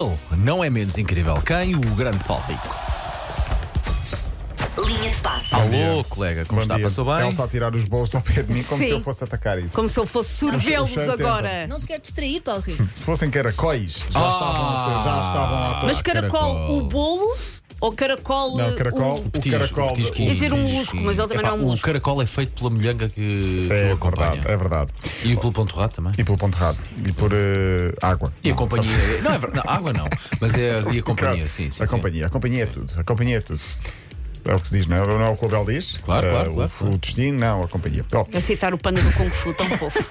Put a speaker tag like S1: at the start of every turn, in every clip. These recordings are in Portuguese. S1: Oh, Não é menos incrível quem? O grande Paulo Rico.
S2: Linha de passe.
S1: Alô,
S3: dia.
S1: colega, como
S3: Bom
S1: está?
S3: dia.
S1: Passou bem?
S3: Elsa a tirar os bolsos ao pé de mim como
S4: Sim.
S3: se eu fosse atacar isso.
S4: Como se eu fosse
S3: Os-
S4: sorvê-los
S3: os 80.
S4: agora.
S5: Não te quero distrair, Paulo Rico.
S3: Se fossem caracóis, já
S1: Ah.
S3: estavam a ser, já estavam lá todos.
S4: Mas caracol,
S1: caracol.
S4: o bolo ou caracol.
S3: Ah, Não, caracol,
S4: o-
S3: o
S1: Petisco,
S3: caracol.
S1: petisquinho,
S4: Quer dizer, um
S1: petisquinho.
S4: lusco, mas ele também
S1: Epá,
S4: não é um
S1: O
S4: lusco.
S1: caracol é feito pela molhanga que, que
S3: É
S1: o acompanha.
S3: verdade, é verdade.
S1: E pelo ponto rato também.
S3: E pelo ponto errado. E por eh, água.
S1: E a
S3: Não,
S1: companhia.
S3: só-
S1: Não, é verdade, não, água não. Mas é e a companhia,
S3: Claro.
S1: sim, sim.
S3: A
S1: sim.
S3: companhia, a companhia é tudo. A companhia é tudo. É o que se diz, não é, não é o que o Abel diz?
S1: Claro,
S3: Eh,
S1: claro,
S3: o-
S1: claro,
S3: o,
S1: claro.
S3: destino, não, a companhia. Bom,
S4: Aceitar o pano do Kung Fu, tão fofo.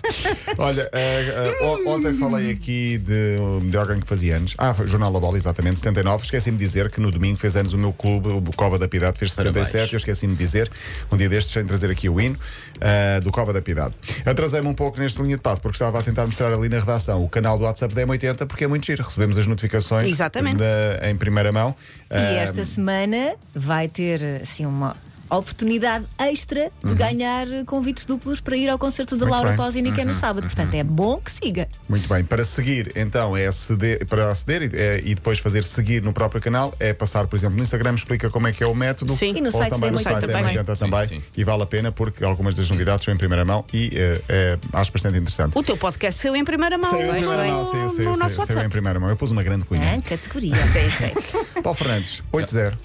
S3: Olha, eh, eh, o- ontem falei aqui de, de alguém que fazia anos. Ah, foi o Jornal da Bola, exatamente, 79. Esqueci-me de dizer que no domingo fez anos o meu clube, o Cova da Piedade, fez 77.
S1: Parabéns.
S3: Eu esqueci-me de dizer, um dia destes, sem trazer aqui o hino, eh, do Cova da Piedade. Atrasei-me um pouco neste linha de passo, porque estava a tentar mostrar ali na redação o canal do WhatsApp da M80, porque é muito giro. Recebemos as notificações
S4: Exatamente.
S3: da- em primeira mão. Eh,
S5: E esta semana vai ter assim uma oportunidade extra de ganhar convites duplos para ir ao concerto da
S3: Uhum. Muito
S5: Laura
S3: bem. Uhum.
S5: Pausini, que é no sábado. Portanto, é bom que siga.
S3: Muito bem, para seguir, então, é aceder, para aceder e- é- e depois fazer seguir no próprio canal, é passar, por exemplo, no Instagram, explica como é que é o método.
S4: Sim.
S5: E no
S3: ou
S5: site da
S3: também no
S5: M80
S3: site da
S5: também.
S3: M80
S1: Sim,
S3: também.
S1: sim.
S3: E vale a pena porque algumas das novidades são em primeira mão e eh, é, acho bastante interessante.
S4: O teu podcast saiu em primeira mão.
S3: Saiu em
S4: hoje
S3: primeira mão,
S4: no-
S3: saiu,
S4: no
S3: saiu,
S4: nosso
S3: saiu, saiu em
S4: WhatsApp.
S3: primeira mão. Eu pus uma grande
S5: Ah,
S3: cunha.
S5: categoria.
S4: Sei, sei.
S3: Paulo Fernandes, 8-0.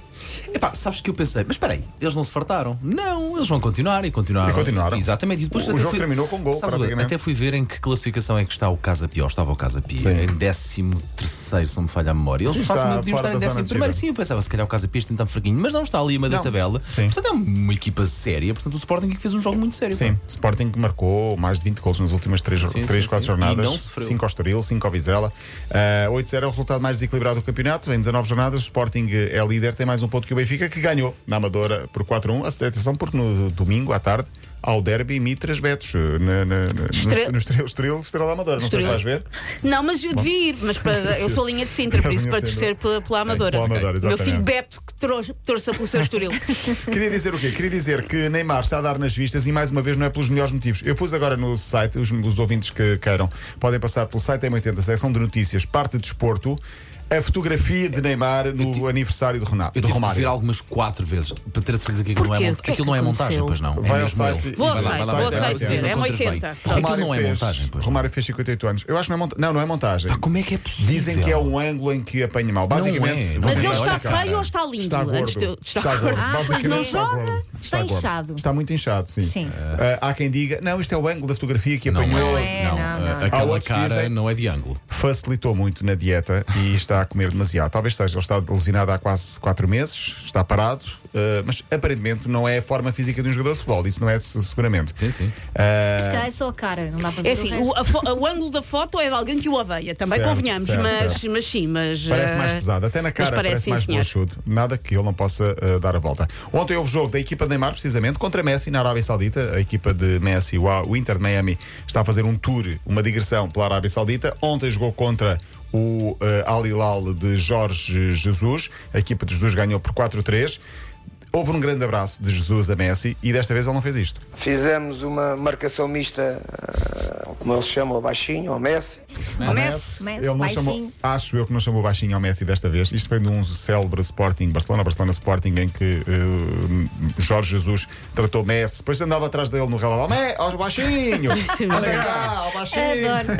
S1: Epá, sabes que eu pensei, mas espera aí, eles não se fartaram? Não, eles vão continuar e continuaram.
S3: E continuaram.
S1: Exatamente. E depois
S3: O- o
S1: até
S3: jogo
S1: fui-
S3: terminou com um gol,
S1: sabes,
S3: praticamente.
S1: Até fui ver em que classificação é que está o Casa Pia, ou estava o Casa Pia,
S3: Sim.
S1: em 13, se não me falha a memória. Eles
S3: Sim, está
S1: facilmente podiam
S3: fora
S1: estar em
S3: da
S1: 11.
S3: zona de
S1: Primeiro,
S3: descida.
S1: sim, eu pensava, se calhar o Casa Pia está tão fraguinho, mas não está ali a meio
S3: Não.
S1: da tabela.
S3: Sim.
S1: Portanto, é uma equipa séria. Portanto, o Sporting é que fez um jogo muito sério.
S3: Sim, Sporting que marcou mais de 20 gols nas últimas 3,
S1: Sim,
S3: três
S1: sim,
S3: 4
S1: sim. E não
S3: jornadas.
S1: sofreu.
S3: 5 ao Estoril, 5 ao Vizela. Ah, 8-0 é o resultado mais desequilibrado do campeonato. Em 19 jornadas, o Sporting é líder, tem mais um ponto que o Benfica, que ganhou na Amadora por 4-1. Atenção, porque no domingo à tarde. Ao derby Mitras Betos, eh, na, na, na,
S4: Estre-
S3: no Estoril, Estoril, Estrela da Amadora. Não sei se
S4: Estoril.
S3: vais ver.
S4: Não, mas eu devia ir, mas para, eu sou linha de Sintra, por isso
S3: É Linha
S4: para
S3: de
S4: torcer
S3: Sintra. É,
S4: pela, pela Amadora.
S3: Pela Amadora,
S4: Meu
S3: exatamente.
S4: filho Beto, que tro- torça pelo seu estoril.
S3: Queria dizer o quê? Queria dizer que Neymar está a dar nas vistas e mais uma vez não é pelos melhores motivos. Eu pus agora no site, os, os ouvintes que queiram podem passar pelo site M80, seção de notícias, parte de desporto, a fotografia de Neymar no
S1: ti-
S3: aniversário do, Renato,
S1: Eu
S3: do
S1: tive que ver
S3: Romário.
S1: algumas quatro vezes para ter certeza que aquilo não é,
S4: Porquê?
S1: mont...
S4: O que é
S1: aquilo
S4: que
S1: não é montagem,
S4: aconteceu?
S1: pois não.
S3: Vai
S1: é
S3: ao
S1: mesmo
S3: site
S1: ele.
S3: e- Vou ao
S1: Vai lá,
S3: site,
S1: vai lá,
S3: vou ao
S1: vai lá,
S3: site
S1: vai lá,
S3: ver,
S1: não
S4: é um
S1: encontras
S4: 80.
S1: bem. Aquilo não é montagem, pois não.
S3: Romário fez 58 anos. Eu acho que não é montagem. Não, não é montagem.
S1: Pá, como é que é possível?
S3: Dizem que é um ângulo em que apanha mal. Basicamente,
S1: é, não
S3: vou
S4: mas
S1: é.
S3: dizer,
S4: ele
S1: Olha
S4: está
S1: a
S3: cara,
S4: feio ou está lindo?
S5: é
S3: Está
S4: Antes de
S3: gordo.
S4: eu-
S3: Está, gordo.
S5: Ah, mas
S3: Basicamente
S5: não
S3: está
S5: joga.
S3: gordo.
S5: Está
S3: gordo.
S5: inchado.
S3: Está muito inchado, sim.
S5: Sim.
S3: Ah, há quem diga, não, isto é o ângulo da fotografia que
S1: Não,
S3: apanhou.
S5: é,
S1: não,
S5: não, não.
S3: Há
S1: Aquela
S3: outros que
S1: cara
S3: dizem-
S1: não é de ângulo.
S3: facilitou muito na dieta e está a comer demasiado. Talvez seja, ele está lesionado há quase 4 meses, está parado, eh, mas aparentemente não é a forma física de um jogador de futebol, isso não é se- seguramente.
S1: Sim, sim.
S3: Eh,
S5: Mas cá é só a cara, não dá para ver.
S4: É assim,
S5: o
S4: o,
S5: resto.
S4: a fo- o ângulo da foto é de alguém que o odeia, também
S3: Certo,
S4: convenhamos,
S3: certo,
S4: mas,
S3: certo.
S4: mas sim, mas.
S3: Parece mais
S4: eh,
S3: pesado, até na
S4: mas
S3: cara parece,
S4: sim,
S3: mais
S4: senhor.
S3: borrachudo. Nada que ele não possa eh, dar a volta. Ontem houve jogo da equipa de Neymar, precisamente, contra Messi na Arábia Saudita. A equipa de Messi, o A- o Inter de Miami, está a fazer um tour, uma digressão pela Arábia Saudita. Ontem jogou contra o eh, Al Hilal de Jorge Jesus. A equipa de Jesus ganhou por 4-3. Houve um grande abraço de Jesus a Messi e desta vez ele não fez isto.
S6: Fizemos uma marcação mista, ah, como eles chamam, ao baixinho, ao Messi.
S4: Messi.
S5: Messi,
S3: Ele não
S5: baixinho.
S3: chamou, acho eu que não chamou baixinho ao Messi desta vez. Isto foi num célebre Sporting Barcelona, Barcelona Sporting, em que eh, Jorge Jesus tratou Messi, depois andava atrás dele no relógio, "Mé, ó baixinho!
S1: é
S4: Sim,
S3: Olha cá, ó baixinho!
S5: Adoro.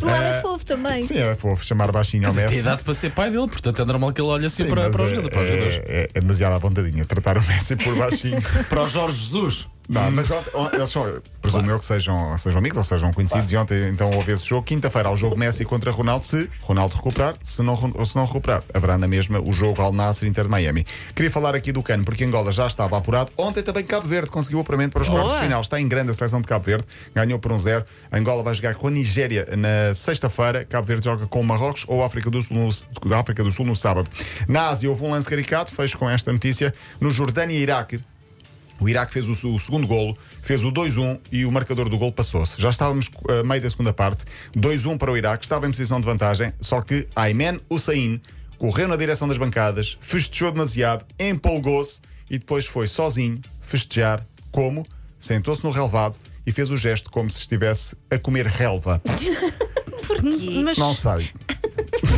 S5: Por um lado é fofo também.
S3: Eh, Sim, é fofo chamar baixinho ao
S1: Tem
S3: Messi.
S1: idade para ser pai dele, portanto é normal que ele olhe assim
S3: Sim,
S1: para,
S3: mas
S1: para, os
S3: é-
S1: jogadores, para os jogadores.
S3: é, é, é demasiado à vontadinha tratar o Messi por baixinho.
S1: Para o Jorge Jesus.
S3: Não, mas ontem, ontem, eles só, presumo eu que sejam, sejam amigos ou sejam conhecidos. E ontem então houve esse jogo. Quinta-feira há o jogo Messi contra Ronaldo. Se Ronaldo recuperar, se não, ou se não recuperar, haverá na mesma o jogo Al Nasser Inter de Miami. Queria falar aqui do Cano, porque Angola já estava apurado. Ontem também Cabo Verde conseguiu o apuramento para os quartos de final. Está em grande a seleção de Cabo Verde. Ganhou por um zero. Angola vai jogar com a Nigéria na sexta-feira. Cabo Verde joga com o Marrocos ou a África do Sul no, da África do Sul no sábado. Na Ásia houve um lance caricato. Fecho com esta notícia. No Jordânia e Iraque. O Iraque fez o, se- o segundo golo, fez o 2-1 e o marcador do golo passou-se. Já estávamos eh, a meio da segunda parte, 2-1 para o Iraque, estava em posição de vantagem, só que Ayman Hussein correu na direção das bancadas, festejou demasiado, empolgou-se e depois foi sozinho festejar como sentou-se no relvado e fez o gesto como se estivesse a comer relva.
S4: Mas
S3: Não sei.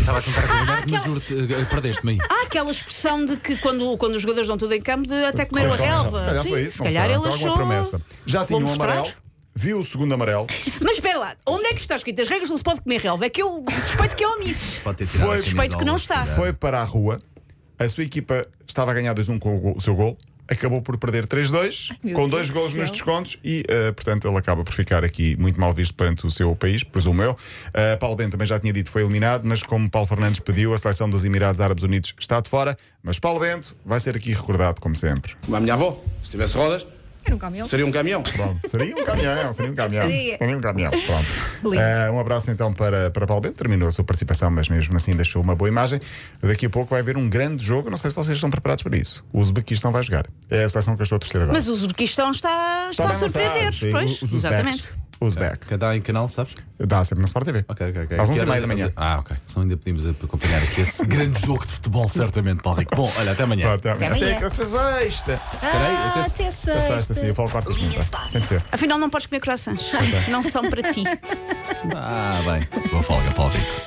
S1: Estava a tentar adivinhar, mas juro-te, eh, perdeste-me aí.
S4: Há aquela expressão de que quando, quando os jogadores dão tudo em campo, de até comer a
S3: Então,
S4: relva.
S3: Se calhar
S4: Sim,
S3: foi isso,
S4: se
S3: não
S4: calhar
S3: sei,
S4: ele
S3: então alguma
S4: achou.
S3: promessa. Já tinha
S4: Vou
S3: um
S4: mostrar.
S3: amarelo, viu o segundo amarelo,
S4: Mas espera lá, onde é que está escrito? As regras não se pode comer relva. É que eu suspeito que é omisso.
S1: Pode ter tirado
S3: Foi.
S1: a
S3: Suspeito
S4: que
S1: camisola,
S4: não
S1: se
S4: está.
S1: calhar.
S3: foi para a rua, a sua equipa estava a ganhar 2-1 com o, gol- o seu gol, acabou por perder 3-2,
S5: meu
S3: com
S5: Deus
S3: dois
S5: do
S3: gols
S5: céu.
S3: nos descontos e, eh, portanto, ele acaba por ficar aqui muito mal visto perante o seu país, presumo eu. Eh, Paulo Bento também já tinha dito que foi eliminado, mas como Paulo Fernandes pediu, a seleção dos Emirados Árabes Unidos está de fora, mas Paulo Bento vai ser aqui recordado, como sempre.
S2: Como a minha avó, se tivesse rodas,
S5: Era um caminhão.
S2: seria um caminhão.
S3: Pronto, seria um caminhão, seria um caminhão.
S5: Seria.
S3: um caminhão, pronto.
S5: Lindo.
S3: Eh, um abraço então para, para Paulo Bento, terminou a sua participação, mas mesmo assim deixou uma boa imagem. Daqui a pouco vai haver um grande jogo, não sei se vocês estão preparados para isso. O Uzbequistão vai jogar. É a seleção que eu estou a torcer agora.
S4: Mas o Uzbequistão está, está a
S3: Também não sabe,
S4: surpreender.
S3: sim,
S4: Pois,
S3: os uzbeks.
S4: exatamente.
S3: Uzbek.
S1: Cada um em canal, sabes?
S3: Dá sempre na Sport TV.
S1: Ok, ok, ok.
S3: Às 11
S1: Que
S3: e meia
S1: horas-
S3: da manhã.
S1: Ah, ok. Senão ainda podíamos acompanhar aqui esse grande jogo de futebol, certamente, Paulo Rico. Bom, olha, até amanhã.
S3: Pronto, até
S5: amanhã.
S3: amanhã. Até sexta.
S5: Ah, até
S3: Até sexta, sim. Eu falo quarta e quinta. Tem que ser.
S4: Afinal, não podes comer croissants. Não são para ti.
S1: Ah, bem. Boa folga, Paulo Rico.